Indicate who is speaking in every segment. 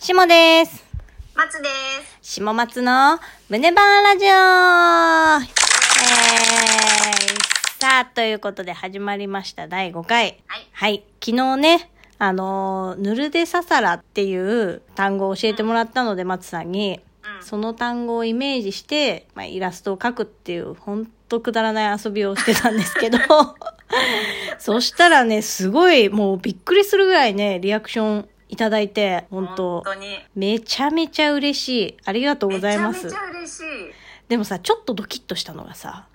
Speaker 1: しもです。
Speaker 2: 松です。
Speaker 1: しも松の胸バーラジオえー、さあ、ということで始まりました第5回。
Speaker 2: はい
Speaker 1: 昨日ね、あのー、ぬるでささらっていう単語を教えてもらったので、松さんに、
Speaker 2: うん
Speaker 1: その単語をイメージして、まあ、イラストを描くっていう、ほんとくだらない遊びをしてたんですけど、そしたらね、すごい、もうびっくりするぐらいね、リアクションいただいて、本当
Speaker 2: に。
Speaker 1: めちゃめちゃ嬉しい。ありがとうございま
Speaker 2: め
Speaker 1: す
Speaker 2: ちゃ。めちゃ嬉しい。うん。
Speaker 1: でもさ、ちょっとドキッとしたのがさ、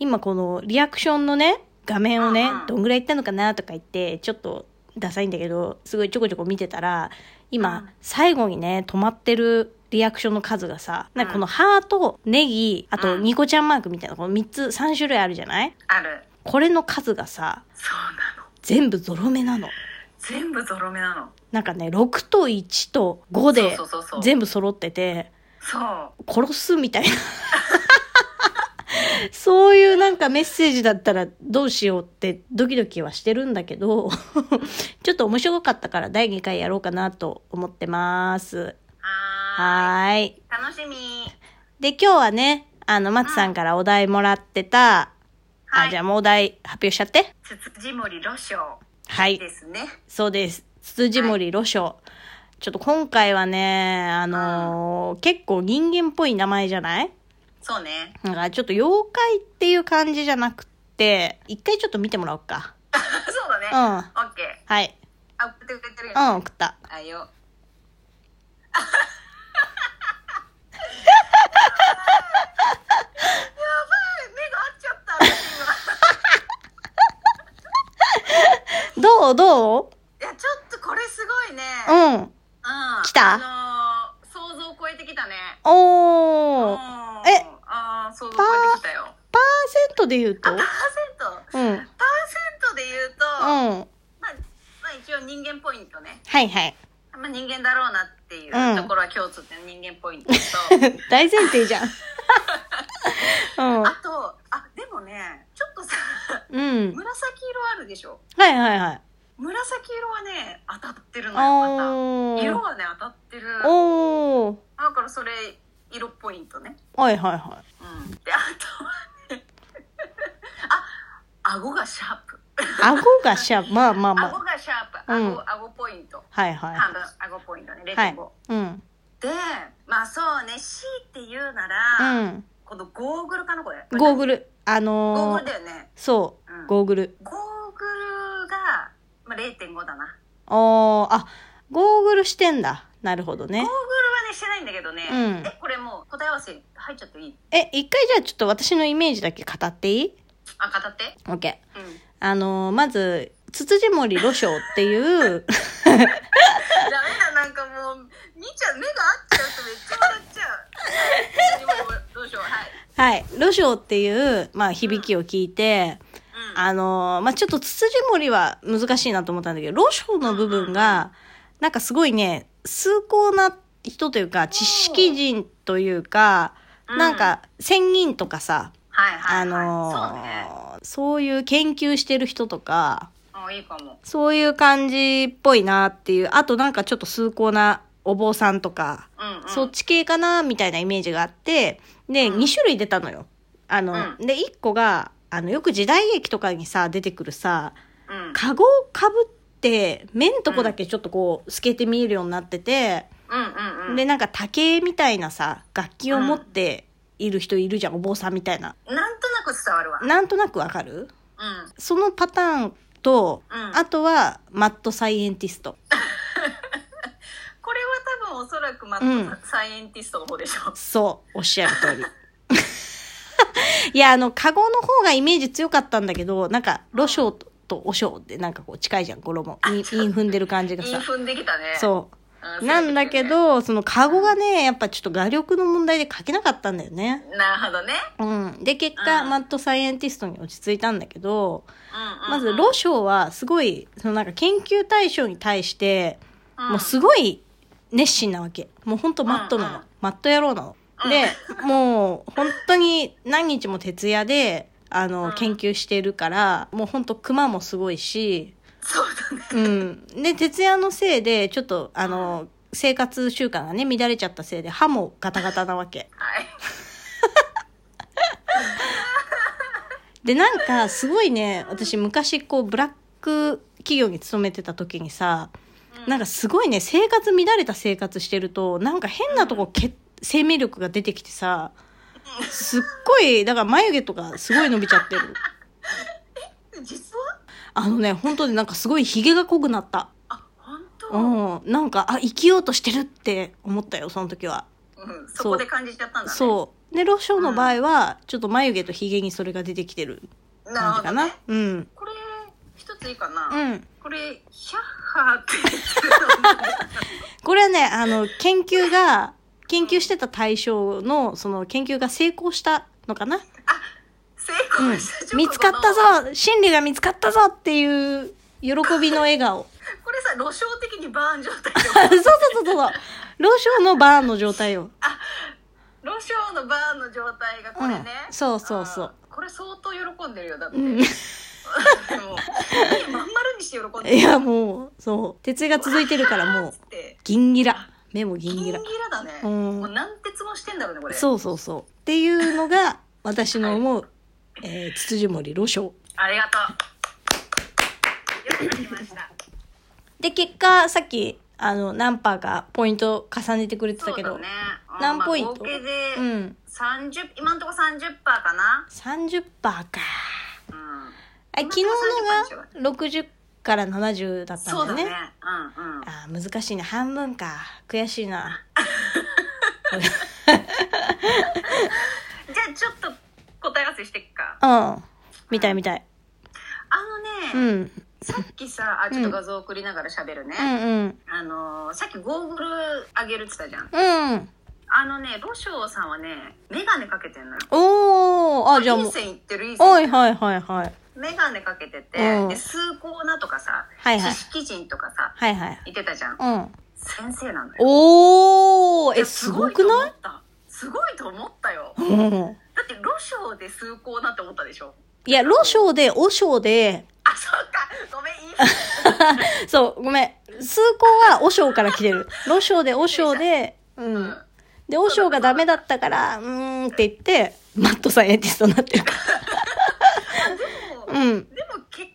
Speaker 1: 今このリアクションのね、画面をね
Speaker 2: うんう、ん
Speaker 1: どんぐらいいったのかなとか言って、ちょっとダサいんだけど、すごいちょこちょこ見てたら、
Speaker 2: うん
Speaker 1: 今、最後にね、止まってるリアクションの数がさ、なんかこのハート、ネギ、あと
Speaker 2: うん
Speaker 1: ニコちゃんマークみたいな、この3つ、3種類あるじゃない
Speaker 2: ある。
Speaker 1: これの数がさ、
Speaker 2: そうなの。
Speaker 1: 全部ゾロ目なの。
Speaker 2: 全部ゾロ目なの。
Speaker 1: なんかね、6と1と5で
Speaker 2: そうそうそうそう
Speaker 1: 全部揃ってて、
Speaker 2: そう。
Speaker 1: 殺すみたいな。 そういうなんかメッセージだったらどうしようってドキドキはしてるんだけど、 ちょっと面白かったから第2回やろうかなと思ってます。
Speaker 2: は
Speaker 1: はーい。
Speaker 2: ーい。楽しみ。
Speaker 1: で、今日はね、あの、松さんからお題もらってた、
Speaker 2: は
Speaker 1: あ、じゃあ
Speaker 2: い。
Speaker 1: もうお題発表しちゃって。
Speaker 2: つつじもりろしょ
Speaker 1: は
Speaker 2: う
Speaker 1: い。
Speaker 2: ですね。
Speaker 1: そうです。つつじもりロショちょっと今回はね、あのー結構人間っぽい名前じゃない
Speaker 2: そう ね。
Speaker 1: なんかちょっと妖怪っていう感じじゃなくって、一回ちょっと見てもらおうか。
Speaker 2: そうだね。
Speaker 1: うん
Speaker 2: オッケー。
Speaker 1: はい。
Speaker 2: あ、送ってくれてるよ
Speaker 1: う
Speaker 2: ね。
Speaker 1: ん、送った。
Speaker 2: あよ。やばい。目が合っちゃった。私今
Speaker 1: どうどう
Speaker 2: いや、ちょっとこれすごいね。
Speaker 1: うん。
Speaker 2: うん
Speaker 1: 来た
Speaker 2: あのー想像を超えてきたね。
Speaker 1: おー。パーえ
Speaker 2: うんあー想像を超えてきたよ。
Speaker 1: セントで言うと
Speaker 2: パーセント
Speaker 1: うん。うん。
Speaker 2: パーセントで言うと、まあ、
Speaker 1: は
Speaker 2: まあ一応人間ポイントね。
Speaker 1: いはい。
Speaker 2: まあ人間だろうなっていう
Speaker 1: うん
Speaker 2: ところは共通点人間ポイントと、
Speaker 1: 大前提じゃん。
Speaker 2: あと、あ、でもね、ちょっとさ、
Speaker 1: うん。うん。
Speaker 2: 紫色あるでしょ
Speaker 1: はいはいはい。
Speaker 2: 紫色はね、当たってるのよ、ま
Speaker 1: お
Speaker 2: た。色
Speaker 1: ー。
Speaker 2: はね、当たってる。
Speaker 1: おー。
Speaker 2: だからそれ、色ポイントね。
Speaker 1: はいはいは
Speaker 2: うん、であと はねあ顎がシャープ
Speaker 1: い。顎がシャープ。まあまあま
Speaker 2: 顎
Speaker 1: あ。
Speaker 2: がシャープ
Speaker 1: う
Speaker 2: 顎,、
Speaker 1: ん
Speaker 2: 顎ポイント
Speaker 1: はいはい。
Speaker 2: 半分顎ポイントね0.5、
Speaker 1: はい。うん。
Speaker 2: でまあそうね C って言うな
Speaker 1: う
Speaker 2: ら、
Speaker 1: ん。
Speaker 2: このゴーグルかなこれ
Speaker 1: ゴー
Speaker 2: ル
Speaker 1: グル。あ
Speaker 2: ゴー
Speaker 1: の
Speaker 2: グル
Speaker 1: ー、
Speaker 2: だよね
Speaker 1: そうう。
Speaker 2: ん
Speaker 1: ゴーグル。
Speaker 2: ゴーグルが、まあ、0.5だな
Speaker 1: おーあゴーグルしてんだなるほど
Speaker 2: ゴー
Speaker 1: ね
Speaker 2: グルはねしてないんだけどね、
Speaker 1: うん
Speaker 2: えこれもう答え合わせ入っちゃっていい
Speaker 1: え一回じゃあちょっと私のイメージだけ語っていい
Speaker 2: あ語って
Speaker 1: ?OK
Speaker 2: うん
Speaker 1: あのーまずつつじもりロショウっていう
Speaker 2: ダメだなんかもうみーちゃん目が合っちゃうとめっちゃ笑っちゃうはいもうどうしようはい
Speaker 1: はいロショウっていう、まあ、響きを聞いて、
Speaker 2: うん
Speaker 1: あのーまあ、ちょっとつつじもりは難しいなと思ったんだけどロショウの部分がなんかすごいね崇高な人というか知識人というか、
Speaker 2: うん
Speaker 1: なんか仙人とかさ、
Speaker 2: はいは
Speaker 1: あ
Speaker 2: い、はい、
Speaker 1: のー
Speaker 2: そうね
Speaker 1: そういう研究してる人とか、
Speaker 2: あいいかも
Speaker 1: そういう感じっぽいなっていう、あとなんかちょっと崇高なお坊さんとか、
Speaker 2: うん、うん、
Speaker 1: そっち系かなみたいなイメージがあって、で、
Speaker 2: うん
Speaker 1: 2種類出たのよ。あの、
Speaker 2: う
Speaker 1: で、1個が、あの、よく時代劇とかにさ、出てくるさ、
Speaker 2: うん
Speaker 1: カゴをかぶって、目んとこだけちょっとこう、透けて見えるようになってて、
Speaker 2: うんうんうん
Speaker 1: で、なんか竹みたいなさ、楽器を持っている人いるじゃん、お坊さんみたいな。
Speaker 2: なんとなく伝わるわ
Speaker 1: なんとなくわかる
Speaker 2: うん
Speaker 1: そのパターンと、
Speaker 2: うん
Speaker 1: あとは、マッドサイエンティスト。
Speaker 2: これは多分おそらくマ
Speaker 1: う
Speaker 2: ッ
Speaker 1: ん
Speaker 2: トサイエンティストの方でしょ、
Speaker 1: そう、おっしゃる通り。 いや、あの、カゴの方がイメージ強かったんだけど、なんか、ロショウとおショウってなんかこう近いじゃん、語呂も。インイン踏んでる感じが
Speaker 2: イン
Speaker 1: さ。
Speaker 2: フンできたねう、
Speaker 1: そ
Speaker 2: ん
Speaker 1: う。なんだけど、そのカゴがね、やっぱちょっと画力の問題で書けなかったんだよね。
Speaker 2: なるほどね、
Speaker 1: うん。で、結果、
Speaker 2: うん
Speaker 1: マッドサイエンティストに落ち着いたんだけど、
Speaker 2: うんうん、
Speaker 1: まず、ロショウはすごい、そのなんか研究対象に対して、もう
Speaker 2: ぐ、
Speaker 1: すごい熱心なわけ。もうほんとマットなの。
Speaker 2: うんうん
Speaker 1: マット野郎なの。
Speaker 2: うん
Speaker 1: で、もう本当に何日も徹夜で、あの、
Speaker 2: うん
Speaker 1: 研究してるから、もうほんと熊もすごいし、
Speaker 2: そうだね
Speaker 1: うん。で、徹夜のせいで、ちょっと、あの、生活習慣がね、乱れちゃったせいで、歯もガタガタなわけ。
Speaker 2: はい。
Speaker 1: で、なんか、すごいね、私昔、こう、ブラック企業に勤めてた時にさ、なんかすごいね、生活乱れた生活してると、なんか変なとこ、け生命力が出てきてさ、すっごい、だから眉毛とかすごい伸びちゃってる。
Speaker 2: うん実は
Speaker 1: あのね、本当になんかすごい髭が濃くなった。
Speaker 2: あ、本当
Speaker 1: うん。なんか、あ、生きようとしてるって思ったよ、その時は。
Speaker 2: うんそこで感じちゃったんだね。
Speaker 1: そう。で、ロショーの場合は、ちょっと眉毛と髭にそれが出てきてる
Speaker 2: う。なる
Speaker 1: 感
Speaker 2: ほ
Speaker 1: じか
Speaker 2: ど
Speaker 1: な。
Speaker 2: ね。
Speaker 1: うん。
Speaker 2: これ、一ついいかな。
Speaker 1: うん。
Speaker 2: これ、ヒャッハーって言ってたの
Speaker 1: これはね、あの、研究が、研究してた対象の、その研究が成功したのかな
Speaker 2: 成
Speaker 1: うん
Speaker 2: 功した直後の
Speaker 1: 見つかったぞ真理が見つかったぞっていう、喜びの笑顔。
Speaker 2: これさ、露章的にバーン状態で。
Speaker 1: そうそうそうそうそう。ロショーのバーンの状態よ。
Speaker 2: ロショーのバーンの状態がこれね、
Speaker 1: うんそうそうそう
Speaker 2: あーこれ相当喜んでるよだって、
Speaker 1: うん
Speaker 2: もうまん丸にして喜んでる
Speaker 1: いや、もう、そう。徹夜が続いてるからもう
Speaker 2: つっ、て
Speaker 1: ギンギラ。目もギ
Speaker 2: ギン
Speaker 1: ンギ
Speaker 2: ギラ
Speaker 1: ラ。
Speaker 2: だね、
Speaker 1: うん
Speaker 2: もう何徹もしてんだろうねこれ
Speaker 1: そうそうそう。っていうのが、私の思う、えー、筒呪森ロショー。
Speaker 2: ありがとうよくできました
Speaker 1: で、結果、さっき、あの、ナンパがポイント重ねてくれて
Speaker 2: そ
Speaker 1: た
Speaker 2: う
Speaker 1: けど、
Speaker 2: だねうん
Speaker 1: 何ポイント
Speaker 2: まあ合計で
Speaker 1: うん。
Speaker 2: 30今んとこ30%かな、
Speaker 1: 30%か。
Speaker 2: うん、
Speaker 1: あ昨日のが60から70だった
Speaker 2: そ
Speaker 1: ん
Speaker 2: う
Speaker 1: だね。
Speaker 2: だねうんうん
Speaker 1: あー難しいね。半分か。悔しいな。
Speaker 2: じゃあちょっと答え合わせしてっか
Speaker 1: うん。みたいみたい。
Speaker 2: あ
Speaker 1: う
Speaker 2: のね、
Speaker 1: ん。
Speaker 2: さっきさあちょっと画像送りながら喋るね、
Speaker 1: うんうん。
Speaker 2: あのーさっきゴーグルあげるって言ったじゃん。
Speaker 1: うん。
Speaker 2: あのね、ロショウさんはね、メガネかけてんのよ。
Speaker 1: おー。あ、じゃあ
Speaker 2: い
Speaker 1: も。
Speaker 2: いう線いってる、いい線
Speaker 1: はいい
Speaker 2: ってる。
Speaker 1: はいはいはい。
Speaker 2: メガネかけてて、
Speaker 1: うん
Speaker 2: で、崇高なとかさ、
Speaker 1: はいはい
Speaker 2: 知識人とかさ、
Speaker 1: はいはい。
Speaker 2: 言ってたじゃん。
Speaker 1: うん。
Speaker 2: 先生なのよ。
Speaker 1: おー。
Speaker 2: い
Speaker 1: え、
Speaker 2: や
Speaker 1: すごくない
Speaker 2: すごいと思ったすごいと思ったよ。
Speaker 1: うん。
Speaker 2: だって、ロショウで崇高なって思ったでしょ。
Speaker 1: いや、ロショーで、オショーで、
Speaker 2: あ、そっか。ごめん、いい線
Speaker 1: そう、ごめん。数校は和尚から来てる。ロショーで和尚で、うん。で、和尚がダメだったから、うーんって言って、マットさんエティストになってるか
Speaker 2: でも、で
Speaker 1: ら。うん。
Speaker 2: も結果い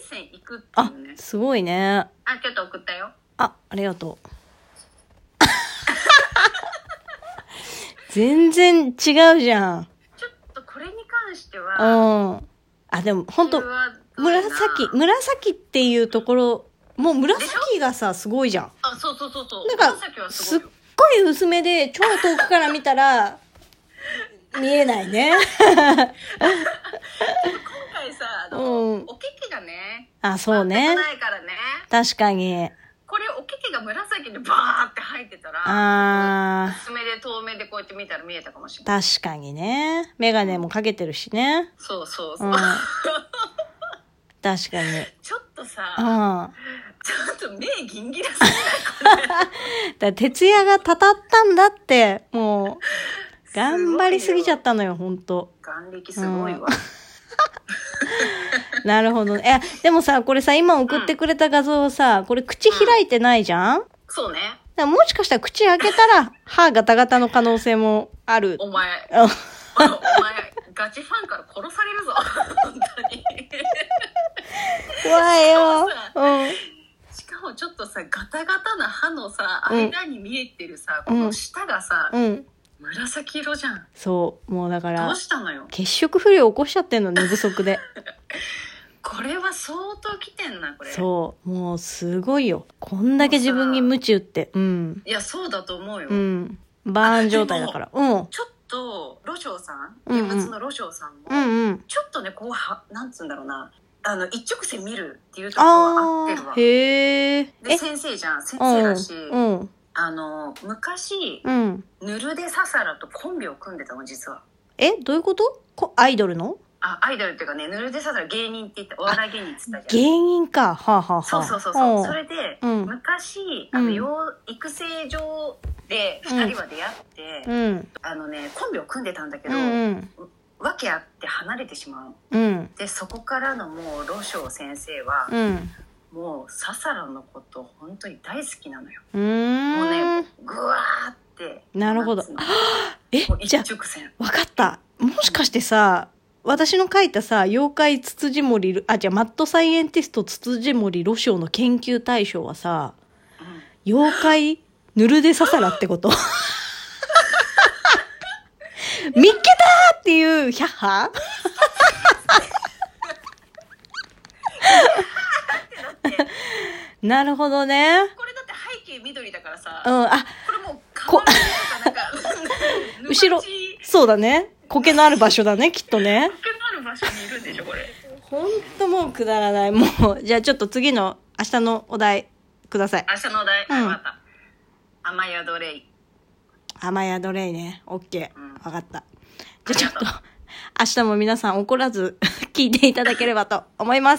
Speaker 2: い線いくってい
Speaker 1: あ
Speaker 2: うね、。
Speaker 1: すごいね。
Speaker 2: あ、ちょっと送ったよ。
Speaker 1: あ、ありがと う。全然違うじゃん。
Speaker 2: ちょっとこれに関して
Speaker 1: う
Speaker 2: は、
Speaker 1: ん。あ、でも、ほんと
Speaker 2: これ、はどうやな
Speaker 1: 紫、紫っていうところ、もう紫がさ、すごいじゃん。
Speaker 2: あ、そうそうそうそう。
Speaker 1: なん
Speaker 2: 紫
Speaker 1: か、
Speaker 2: は
Speaker 1: す
Speaker 2: す
Speaker 1: っ
Speaker 2: ごいよ。
Speaker 1: ごい薄めで、超遠くから見たら、見えない ね。
Speaker 2: 今回さ、あの、
Speaker 1: うん
Speaker 2: おけけがね、
Speaker 1: あ、そう
Speaker 2: 全
Speaker 1: ね
Speaker 2: く。ないからね。
Speaker 1: 確かに。
Speaker 2: これおけけが紫でバーって入ってたら、
Speaker 1: あ
Speaker 2: 薄めで透明でこうやって見たら見えたかもしれ
Speaker 1: ー、
Speaker 2: ない。
Speaker 1: 確かにね。メガネもかけてるしね。
Speaker 2: そうそうそう
Speaker 1: ん。
Speaker 2: う。
Speaker 1: 確かに。
Speaker 2: ちょっとさ、
Speaker 1: うん。だか
Speaker 2: ちょっと目ギンギラすぎない
Speaker 1: ら徹夜がたたったんだって、もう、頑張りすぎちゃったのよ、ほんと。
Speaker 2: 眼力すごいわ。
Speaker 1: なるほどね。いや、でもさ、これさ、今送ってくれた画像さ、これ口開いてないじゃん
Speaker 2: そうね。
Speaker 1: でももしかしたら口開けたら、歯ガタガタの可能性もある。
Speaker 2: お前、
Speaker 1: あ
Speaker 2: お前、ガチファンから殺されるぞ。本当に。
Speaker 1: 怖いよ。
Speaker 2: しかもちょっとさ、ガタガタな歯のさ、
Speaker 1: うん
Speaker 2: 間に見えてるさ、この舌がさ
Speaker 1: う、ん。うん。
Speaker 2: 紫色じゃん。
Speaker 1: そう。もうだか
Speaker 2: どう
Speaker 1: ら、
Speaker 2: したのよ。
Speaker 1: 血色不良起こしちゃってんの、寝不足で。
Speaker 2: これは相当きてんな、これ。
Speaker 1: そう。もうすごいよ。こんだけ自分に鞭打って。うん。
Speaker 2: いや、そうだと思うよ。
Speaker 1: うん。バーン状態だから。うん。
Speaker 2: ちょっと、ロショウさん、
Speaker 1: うんうん
Speaker 2: 現物のロショウさんも、
Speaker 1: うんうん。
Speaker 2: ちょっとね、こうは、なんつうんだろうな、あの、一直線見るっていうところは
Speaker 1: あ
Speaker 2: 合ってるわ
Speaker 1: ー。。へえ。
Speaker 2: で、
Speaker 1: え、
Speaker 2: 先生じゃん、先
Speaker 1: う
Speaker 2: 生
Speaker 1: ん
Speaker 2: だし、。
Speaker 1: うん。
Speaker 2: あの、昔、
Speaker 1: うん。
Speaker 2: ぬるでささらとコンビを組んでたの、実は。
Speaker 1: え、どういうことこアイドルの
Speaker 2: あ、アイドルっていうかね、ぬるでささら芸人って言って、お笑い芸人って言ったじゃん。
Speaker 1: 芸人か。はあ、はあはあ、
Speaker 2: そうそうそうそう。
Speaker 1: ん
Speaker 2: それで、
Speaker 1: うん
Speaker 2: 昔、あの、
Speaker 1: うん
Speaker 2: 養育成所で
Speaker 1: うん
Speaker 2: 二人は出会って、
Speaker 1: うん。
Speaker 2: あのね、コンビを組んでたんだけ
Speaker 1: う
Speaker 2: ど、
Speaker 1: んうん。
Speaker 2: 訳あって離れてしまう。
Speaker 1: うん。
Speaker 2: で、そこからのもう、ロショウ先生は、
Speaker 1: うん。
Speaker 2: もうササラのこと本当に大好きなのよ。
Speaker 1: う
Speaker 2: もう
Speaker 1: ー
Speaker 2: ね
Speaker 1: ん。、
Speaker 2: ぐわーって。
Speaker 1: なるほど
Speaker 2: 夏の
Speaker 1: え
Speaker 2: もう、
Speaker 1: じゃ
Speaker 2: 一直線。
Speaker 1: あ、わかった。もしかしてさ、私の書いたさ、妖怪ツツジモリ、あ、じゃあマッドサイエンティストツツジモリロショウの研究対象はさ、
Speaker 2: うん
Speaker 1: 妖怪ぬるでささらってこと見っけたーっていうヒャッハなるほどね。
Speaker 2: これだって背景緑だからさ、
Speaker 1: うん、あ、
Speaker 2: これもう
Speaker 1: こ
Speaker 2: 顔とかなんか
Speaker 1: 後ろ
Speaker 2: ぬかち
Speaker 1: そうだね。苔のある場所だね、きっとね。
Speaker 2: 苔のある場所にいるんでしょこれ
Speaker 1: ほんともうくだらない。もう、じゃあちょっと次の明日のお題ください。
Speaker 2: 明日のお題、
Speaker 1: うん
Speaker 2: あわかった雨宿れい
Speaker 1: 雨宿れいね。オッケ
Speaker 2: うん
Speaker 1: ー。わかった。 じゃあちょっと、明日も皆さん怒らず聞いていただければと思います。